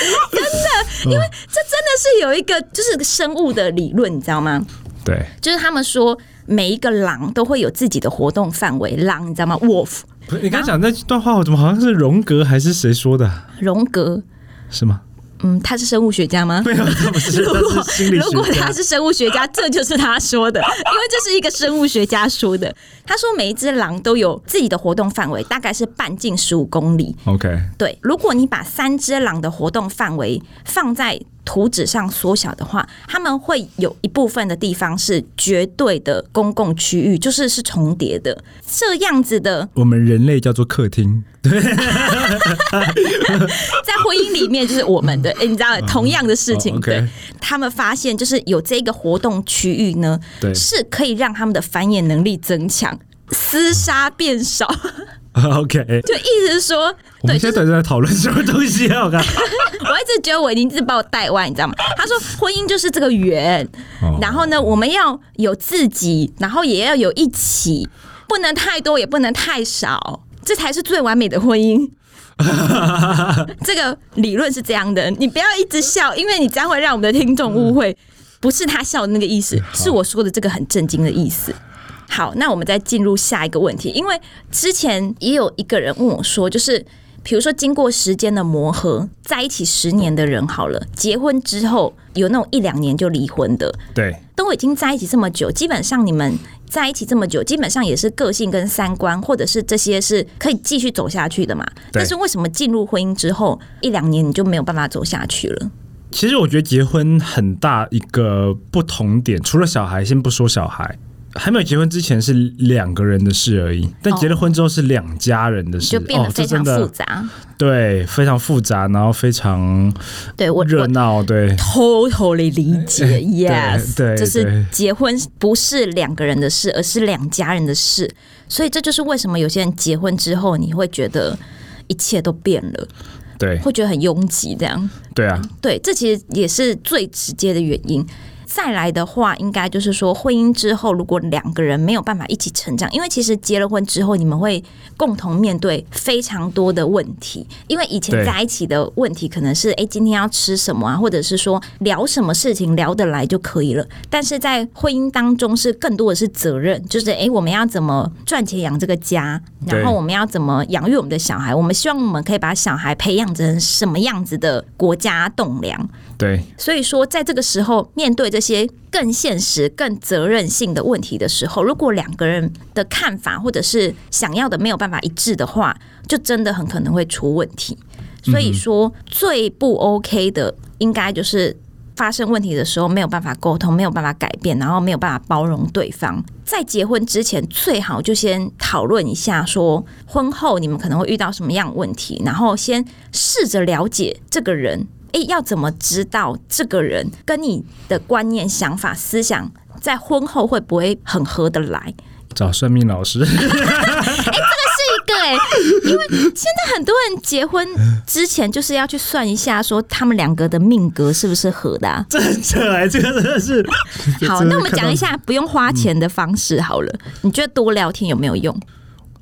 A: 是有一个就是生物的理论，你知道吗？
B: 对，
A: 就是他们说每一个狼都会有自己的活动范围，狼你知道吗？Wolf
B: 不是你刚讲那段话，我怎么好像是荣格还是谁说的啊？
A: 荣格，
B: 是吗？
A: 嗯，他是生物学家吗？
B: *laughs* 没有，他不是，他是心理
A: 如果
B: 学
A: 他
B: 家。
A: 是生物学家， *laughs* 这就是他说的，因为这是一个生物学家说的。他说每一只狼都有自己的活动范围，大概是半径十五公里。
B: OK，
A: 对，如果你把三只狼的活动范围放在图纸上缩小的话，它们会有一部分的地方是绝对的公共区域，就是是重叠的。这样子
B: *laughs*
A: 的，
B: 我们人类叫做客厅， *laughs*
A: 在婚姻里面就是我
B: *laughs*
A: 们的，诶你知道同样的事情，
B: 哦，OK
A: 对他们发现就是有这个活动区域呢，
B: 对
A: 是可以让他们的繁衍能力增强。厮杀变少， *laughs*
B: OK，
A: 就意思是说，
B: 我
A: 对，
B: 们
A: 就
B: 现
A: 是
B: 在到底在讨论什么东西啊？我
A: *laughs*
B: 看，
A: 我一直觉得我已经是把我带歪，你知道吗？他说婚姻就是这个圆，
B: 哦
A: 然后呢，我们要有自己，然后也要有一起，不能太多，也不能太少，这才是最完美的婚姻。这个理论是这样的，你不要一直笑，因为你这样会让我们的听众误会，不是他笑的那个意思，是我说的这个很震惊的意思。好，那我们再进入下一个问题，因为之前也有一个人问我说，就是比如说经过时间的磨合，在一起十年的人好了，结婚之后有那种一两年就离婚的，
B: 对
A: 都已经在一起这么久，基本上你们在一起这么久，基本上也是个性跟三观，或者是这些是可以继续走下去的嘛。但是为什么进入婚姻之后一两年你就没有办法走下去了？
B: 其实我觉得结婚很大一个不同点，除了小孩，先不说小孩，还没有结婚之前是两个人的事而已，但结了婚之后是两家人的事，
A: 哦就变得
B: 哦，这
A: 非常
B: 真的
A: 复杂。
B: 对，非常复杂，然后非常
A: 对我
B: 热
A: 我。
B: 闹，对
A: totally 理解，yes，
B: *laughs* 对
A: 就
B: 对
A: 是结婚不是两个人的事，而是两家人的事，所以这就是为什么有些人结婚之后，你会觉得一切都变了，
B: 对
A: 会觉得很拥挤，这样。
B: 对啊，
A: 对，这其实也是最直接的原因。再来的话，应该就是说，婚姻之后如果两个人没有办法一起成长，因为其实结了婚之后，你们会共同面对非常多的问题。因为以前
B: 对
A: 在一起的问题可能是，诶，今天要吃什么啊，或者是说聊什么事情聊得来就可以了。但是在婚姻当中，是更多的是责任，就是诶，我们要怎么赚钱养这个家，然后
B: 对
A: 我们要怎么养育我们的小孩？我们希望我们可以把小孩培养成什么样子的国家栋梁？
B: 对
A: 所以说，在这个时候，面对这些更现实、更责任性的问题的时候，如果两个人的看法或者是想要的没有办法一致的话，就真的很可能会出问题。所以说，最不 OK 的应该就是发生问题的时候没有办法沟通，没有办法改变，然后没有办法包容对方。在结婚之前，最好就先讨论一下，说婚后你们可能会遇到什么样的问题，然后先试着了解这个人。诶，要怎么知道这个人跟你的观念、想法、思想在婚后会不会很合得来？
B: 找算命老师， *laughs*
A: 对，因为现在很多人结婚之前就是要去算一下，说他们两个的命格是不是合的、啊。
B: 真的哎，这个真的是
A: 好，那我们讲一。下不用花钱的方式好了。你觉得多聊天有没有用？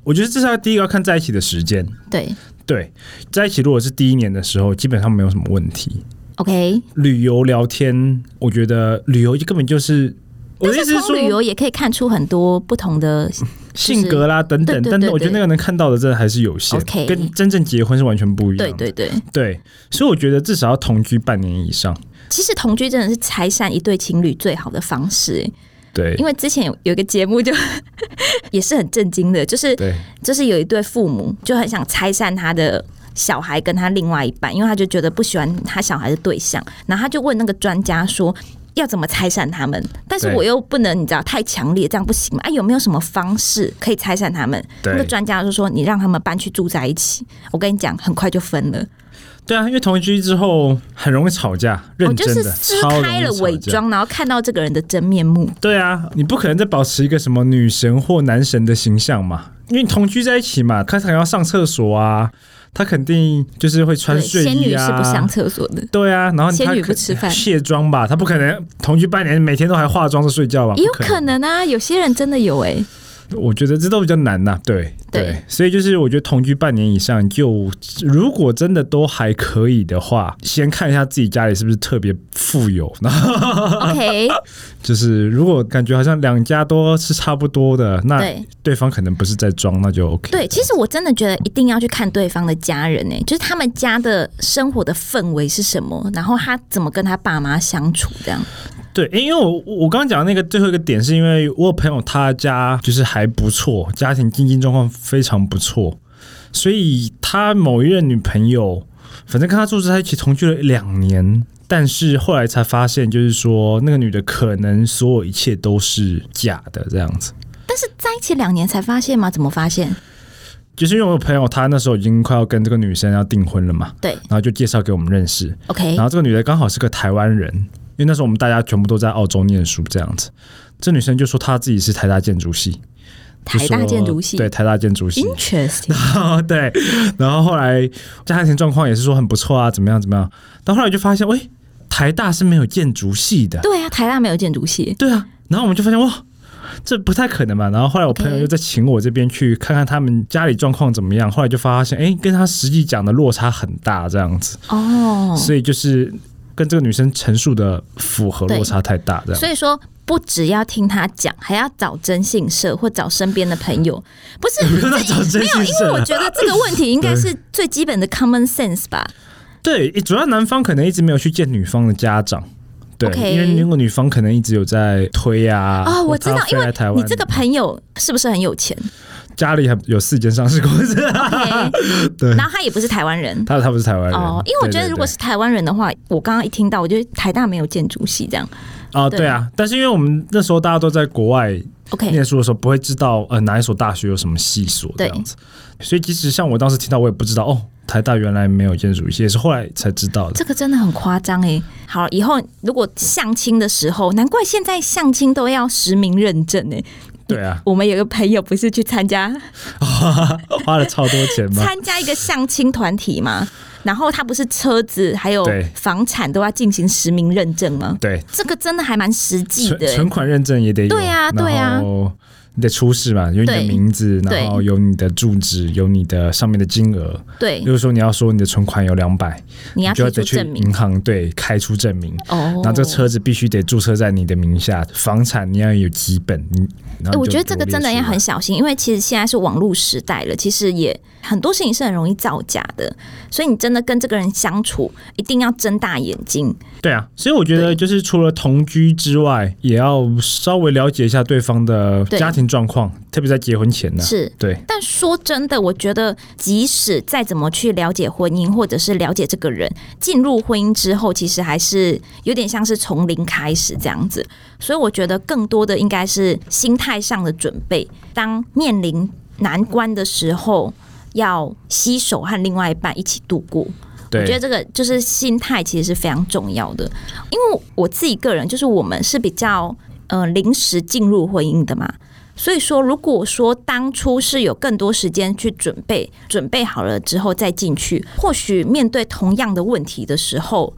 B: 我觉得至少第一个要看在一起的时间，
A: 对
B: 对，在一起如果是第一年的时候，基本上没有什么问题。
A: ，OK。
B: 旅游聊天，我觉得旅游根本就是我
A: 但
B: 的意
A: 是
B: 思是
A: 从旅
B: 说
A: 游也可以看出很多不同的，
B: 性格啦等等，
A: 对对
B: 但
A: 对
B: 是我觉得那个能看到的真的还是有限
A: OK
B: 跟真正结婚是完全不一样
A: 对
B: 的。
A: 对对。
B: 对，所以我觉得至少要同居半年以上。
A: 其实同居真的是拆散一对情侣最好的方式、欸
B: 对，
A: 因为之前有有一个节目就 *laughs* 也是很震惊的，就是
B: 对
A: 就是有一对父母就很想拆散他的小孩跟他另外一半，因为他就觉得不喜欢他小孩的对象，然后他就问那个专家说。要怎么拆散他们？但是
B: 对
A: 我又不能，你知道太强烈，这样不行嘛？哎、有没有什么方式可以拆散他们？
B: 对
A: 那个专家就说，你让他们搬去住在一起。我跟你讲，很快就分了。
B: 对啊，因为同居之后很容易吵架，
A: 我
B: 认
A: 哦就
B: 真
A: 是
B: 的，
A: 撕
B: 超容易
A: 开了
B: 吵
A: 伪
B: 架。
A: 装，然后看到这个人的真面目。
B: 对啊，你不可能再保持一个什么女神或男神的形象嘛，因为你同居在一起嘛，他可能要上厕所啊，他肯定就是会穿
A: 对，
B: 睡
A: 仙女
B: 衣
A: 是不上
B: 啊。
A: 厕所的。
B: 对啊，然后
A: 仙
B: 他
A: 女
B: 可
A: 不吃饭
B: 卸妆吧，他不可能同居半年，每天都还化妆着睡觉吧？
A: 也有
B: 不
A: 可能啊，有些人真的有
B: *laughs*
A: 哎、
B: 我觉得这都比较难呐、对
A: 对
B: 所以就是我觉得同居半年以上就，如果真的都还可以的话，先看一下自己家里是不是特别富有，然后
A: OK，
B: 啊就是如果感觉好像两家都是差不多的，那
A: 对
B: 对方可能不是在装，那就 OK。
A: 对，其实我真的觉得一定要去看对方的家人哎、就是他们家的生活的氛围是什么，然后他怎么跟他爸妈相处这样。
B: 对，诶因为我我我刚刚讲的那个最后一个点，是因为我有朋友他家就是还不错，家庭经济状况非常不错，所以他某一任女朋友，反正跟他住在一起同居了两年，但是后来才发现，就是说那个女的可能所有一切都是假的，这样子。
A: 但是在一起两年才发现吗？怎么发现？
B: 就是因为我有朋友他那时候已经快要跟这个女生要订婚了嘛，
A: 对
B: 然后就介绍给我们认识，
A: ，OK，
B: 然后这个女的刚好是个台湾人，因为那时候我们大家全部都在澳洲念书这样子。这女生就说她自己是台大建筑系，就
A: 台大
B: 说
A: 建筑系
B: 对台大建筑系， *laughs*
A: ，interesting，
B: 对。然后后来家庭状况也是说很不错啊，怎么样怎么样。但后来就发现，喂，台大是没有建筑系的，
A: 对啊，台大没有建筑系，
B: 对啊。然后我们就发现哇。这不太可能嘛。然后后来我朋友
A: OK
B: 又在请我这边去看看他们家里状况怎么样。后来就发现，哎，跟他实际讲的落差很大，这样子。
A: 哦，
B: 所以就是跟这个女生陈述的符合落差太大，这样
A: 所以说，不只要听他讲，还要找征信社或找身边的朋友，不是
B: *laughs* 不用再找征信社
A: 没有，因为我觉得这个问题应该是最基本的 common sense 吧。
B: 对，主要男方可能一直没有去见女方的家长。对
A: OK
B: 因为那个女方可能一直有在推啊。
A: 哦，我
B: 或
A: 知
B: 她
A: 道，因
B: 飞来
A: 为
B: 台湾
A: 你这个朋友是不是很有钱？
B: 家里还有四间上市公司， *laughs*
A: OK
B: 对
A: 然后他也不是台湾人。
B: 他他不是台湾人
A: 哦，因为我觉得如果
B: 对对对
A: 是台湾人的话，我刚刚一听到，我觉得台大没有建筑系这样。
B: 哦，
A: 对
B: 对啊，但是因为我们那时候大家都在国外
A: OK，
B: 念书的时候，不会知道呃哪一所大学有什么系所这
A: 对
B: 样子，所以即使像我当时听到，我也不知道哦，台大原来没有建筑系，也是后来才知道的。
A: 这个真的很夸张哎。好，以后如果相亲的时候，难怪现在相亲都要实名认证哎。
B: 对啊，
A: 我们有个朋友不是去参加
B: 花了超多钱
A: *laughs*
B: 嘛。
A: 参加一个相亲团体嘛，然后他不是车子还有
B: 对
A: 房产都要进行实名认证吗？
B: 对，
A: 这个真的还蛮实际
B: 存
A: 的、欸
B: 存款认证也得有，
A: 对啊对啊
B: 然后你得出示嘛，有你的
A: 对
B: 名字，
A: 对
B: 然后有你的住址，有你的上面的金额。
A: 对
B: 比，如说你要说你的存款有两百，
A: 你要
B: 就要
A: 提出
B: 得去
A: 证明
B: 银行对开出证明。
A: 哦
B: 然后这个车子必须得注册在你的名下，房产你要有几本，你。然后你
A: 哎
B: 就
A: 我觉得这个真的要很小心，因为其实现在是网络时代了，其实也很多事情是很容易造假的，所以你真的跟这个人相处，一定要睁大眼睛。
B: 对啊，所以我觉得
A: 对
B: 就是除了同居之外，也要稍微了解一下对方的
A: 对
B: 家庭状况，特别在结婚前呢、
A: 是，
B: 对
A: 但说真的，我觉得即使再怎么去了解婚姻，或者是了解这个人，进入婚姻之后，其实还是有点像是从零开始这样子。所以我觉得更多的应该是心态上的准备，当面临难关的时候，要携手和另外一半一起度过。
B: 对，
A: 我觉得这个就是心态，其实是非常重要的。因为我自己个人，就是我们是比较呃临时进入婚姻的嘛，所以说如果说当初是有更多时间去准备，准备好了之后再进去，或许面对同样的问题的时候，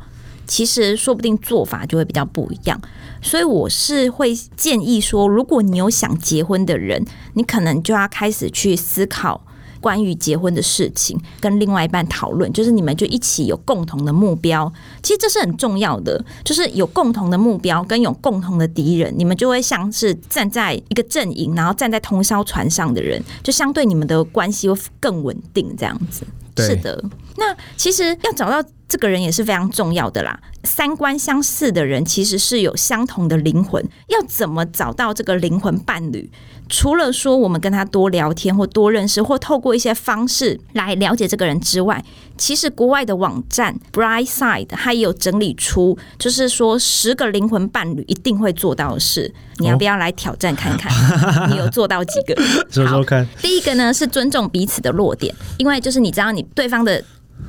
A: 其实说不定做法就会比较不一样。所以我是会建议说，如果你有想结婚的人，你可能就要开始去思考关于结婚的事情，跟另外一半讨论，就是你们就一起有共同的目标。其实这是很重要的，就是有共同的目标跟有共同的敌人，你们就会像是站在一个阵营，然后站在同一艘船上的人，就相对你们的关系会更稳定。这样子，
B: 对
A: 是的。那其实要找到这个人也是非常重要的啦。三观相似的人其实是有相同的灵魂，要怎么找到这个灵魂伴侣？除了说我们跟他多聊天或多认识，或透过一些方式来了解这个人之外，其实国外的网站 Brightside 它也有整理出，就是说十个灵魂伴侣一定会做到的事。你要不要来挑战看看？你有做到几个？
B: 说说看，
A: 第一个呢是尊重彼此的弱点，因为就是你知道你对方的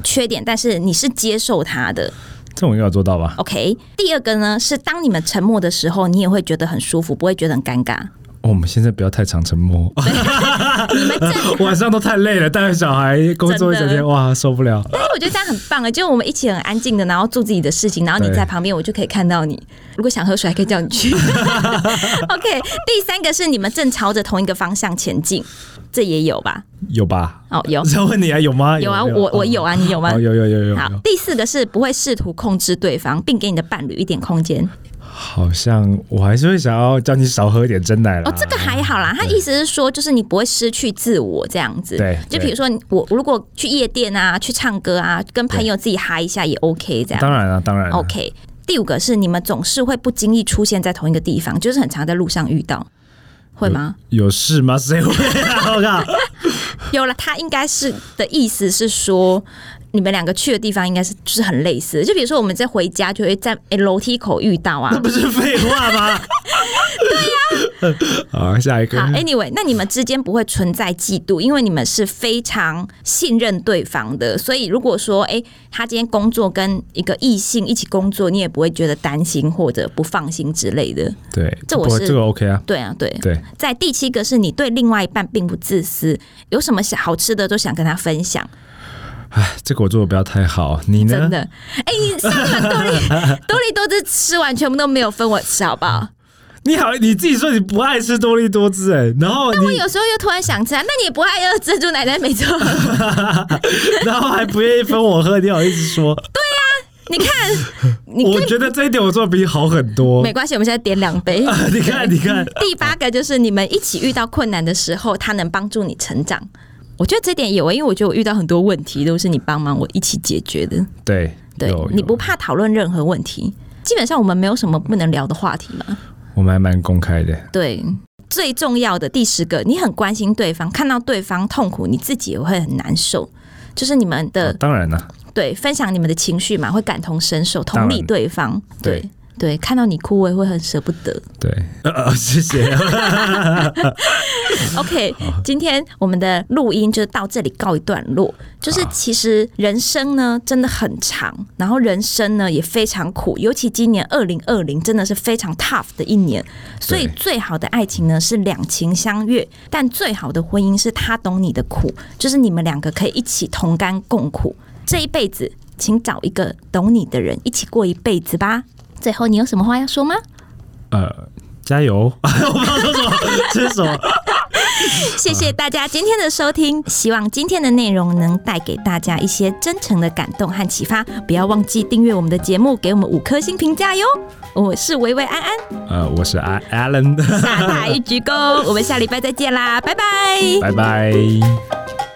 A: 缺点，但是你是接受他的。
B: 这我应该有做到吧？
A: OK，第二个呢是当你们沉默的时候，你也会觉得很舒服，不会觉得很尴尬。
B: 哦我们现在不要太常
A: *laughs*
B: 沉默，
A: 你们正
B: 晚上都太累了，带着小孩工作一整
A: 真的
B: 天，哇，受不了。
A: 哎但是我觉得这样很棒啊，就是我们一起很安静的，然后做自己的事情，然后你
B: 对
A: 在旁边，我就可以看到你。如果想喝水，还可以叫你
B: *laughs*
A: 去。OK，第三个是你们正朝着同一个方向前进，这也有吧？
B: 有吧？
A: 哦，有
B: 再问你啊，有吗？
A: 有啊，
B: 没
A: 我我有
B: 哦
A: 啊，你有吗
B: 哦，？有有有有
A: 好
B: 有，，
A: 第四个是不会试图控制对方，并给你的伴侣一点空间。
B: 啊好像我还是会想要叫你少喝一点真奶啦。
A: 哦，这个还好啦。他意思是说，就是你不会失去自我这样子。
B: 对
A: 就
B: 对
A: 比如说你我我如果去夜店啊，去唱歌啊，跟朋友自己嗨一下也 OK 这样。
B: 当然了，当然了啊
A: OK。第五个是你们总是会不经意出现在同一个地方，就是很常在路上遇到，会吗？
B: 有事吗？谁会 *laughs* 啊？我
A: *laughs*
B: 靠！
A: 有了，他应该是的意思是说，你们两个去的地方应该是就是很类似的，就比如说我们在回家就会在诶楼梯口遇到啊
B: 那。不是废话吗？对呀、好，下一个
A: 啊好。，Anyway，那你哎们之间不会存在嫉妒，因为你们是非常信任对方的，所以如果说诶他今天工作跟一个异性一起工作，你也不会觉得担心或者不放心之类的。
B: 对，
A: 这我
B: 不过
A: 是
B: 这个 OK 啊。
A: 对啊，对，
B: 对，
A: 在第七个是你对另外一半并不自私，有什么想好吃的都想跟他分享，
B: 哎，这个我做的不要太好，你呢？
A: 真的。哎、你上次多利
B: *laughs*
A: 多利多汁吃完全部都没有分我吃，好不好？
B: 你好，你自己说你不爱吃多利多汁，哎，然后
A: 我
B: 你，
A: 有时候又突然想吃啊，那你也不爱喝珍珠奶奶没错。
B: *laughs* 然后还不愿意分我喝，你好意思说？
A: 你看，你
B: *laughs* 我觉得这一点我做的比你好很多。
A: 没关系，我们现在点两杯。
B: *laughs* 你看，你看，
A: 第八个就是你们一起遇到困难的时候，他能帮助你成长。我觉得这点有啊，因为我觉得我遇到很多问题都是你帮忙我一起解决的。
B: 对
A: 对
B: 有，
A: 你
B: 有
A: 不怕讨论任何问题，基本上我们没有什么不能聊的话题嘛。
B: 我们还蛮公开的。
A: 对，最重要的第十个，你很关心对方，看到对方痛苦，你自己也会很难受。就是你们的
B: 当然了，
A: 对分享你们的情绪嘛，会感同身受，同
B: 当
A: 理
B: 然
A: 对方。对对，看到你哭，我也会很舍不得。
B: 对，呃呃，谢谢。
A: OK，今天我们的录音就到这里告一段落。就是其实人生呢真的很长，然后人生呢也非常苦，尤其今年二零二零真的是非常 tough 的一年。所以
B: 对
A: 最好的爱情呢是两情相悦，但最好的婚姻是他懂你的苦，就是你们两个可以一起同甘共苦。这一辈子，请找一个懂你的人一起过一辈子吧。最后，你有什么话要说吗？
B: *laughs* 呃，加油！ *laughs* 我不知道说什么，这是什么？
A: 谢谢大家今天的收听，希望今天的内容能带给大家一些真诚的感动和启发。不要忘记订阅我们的节目，给我们五颗星评价哟。我是维维安安，
B: 呃，我是阿 *laughs* Alan，
A: 下台鞠躬，我们下礼拜再见啦，拜拜。
B: 拜拜。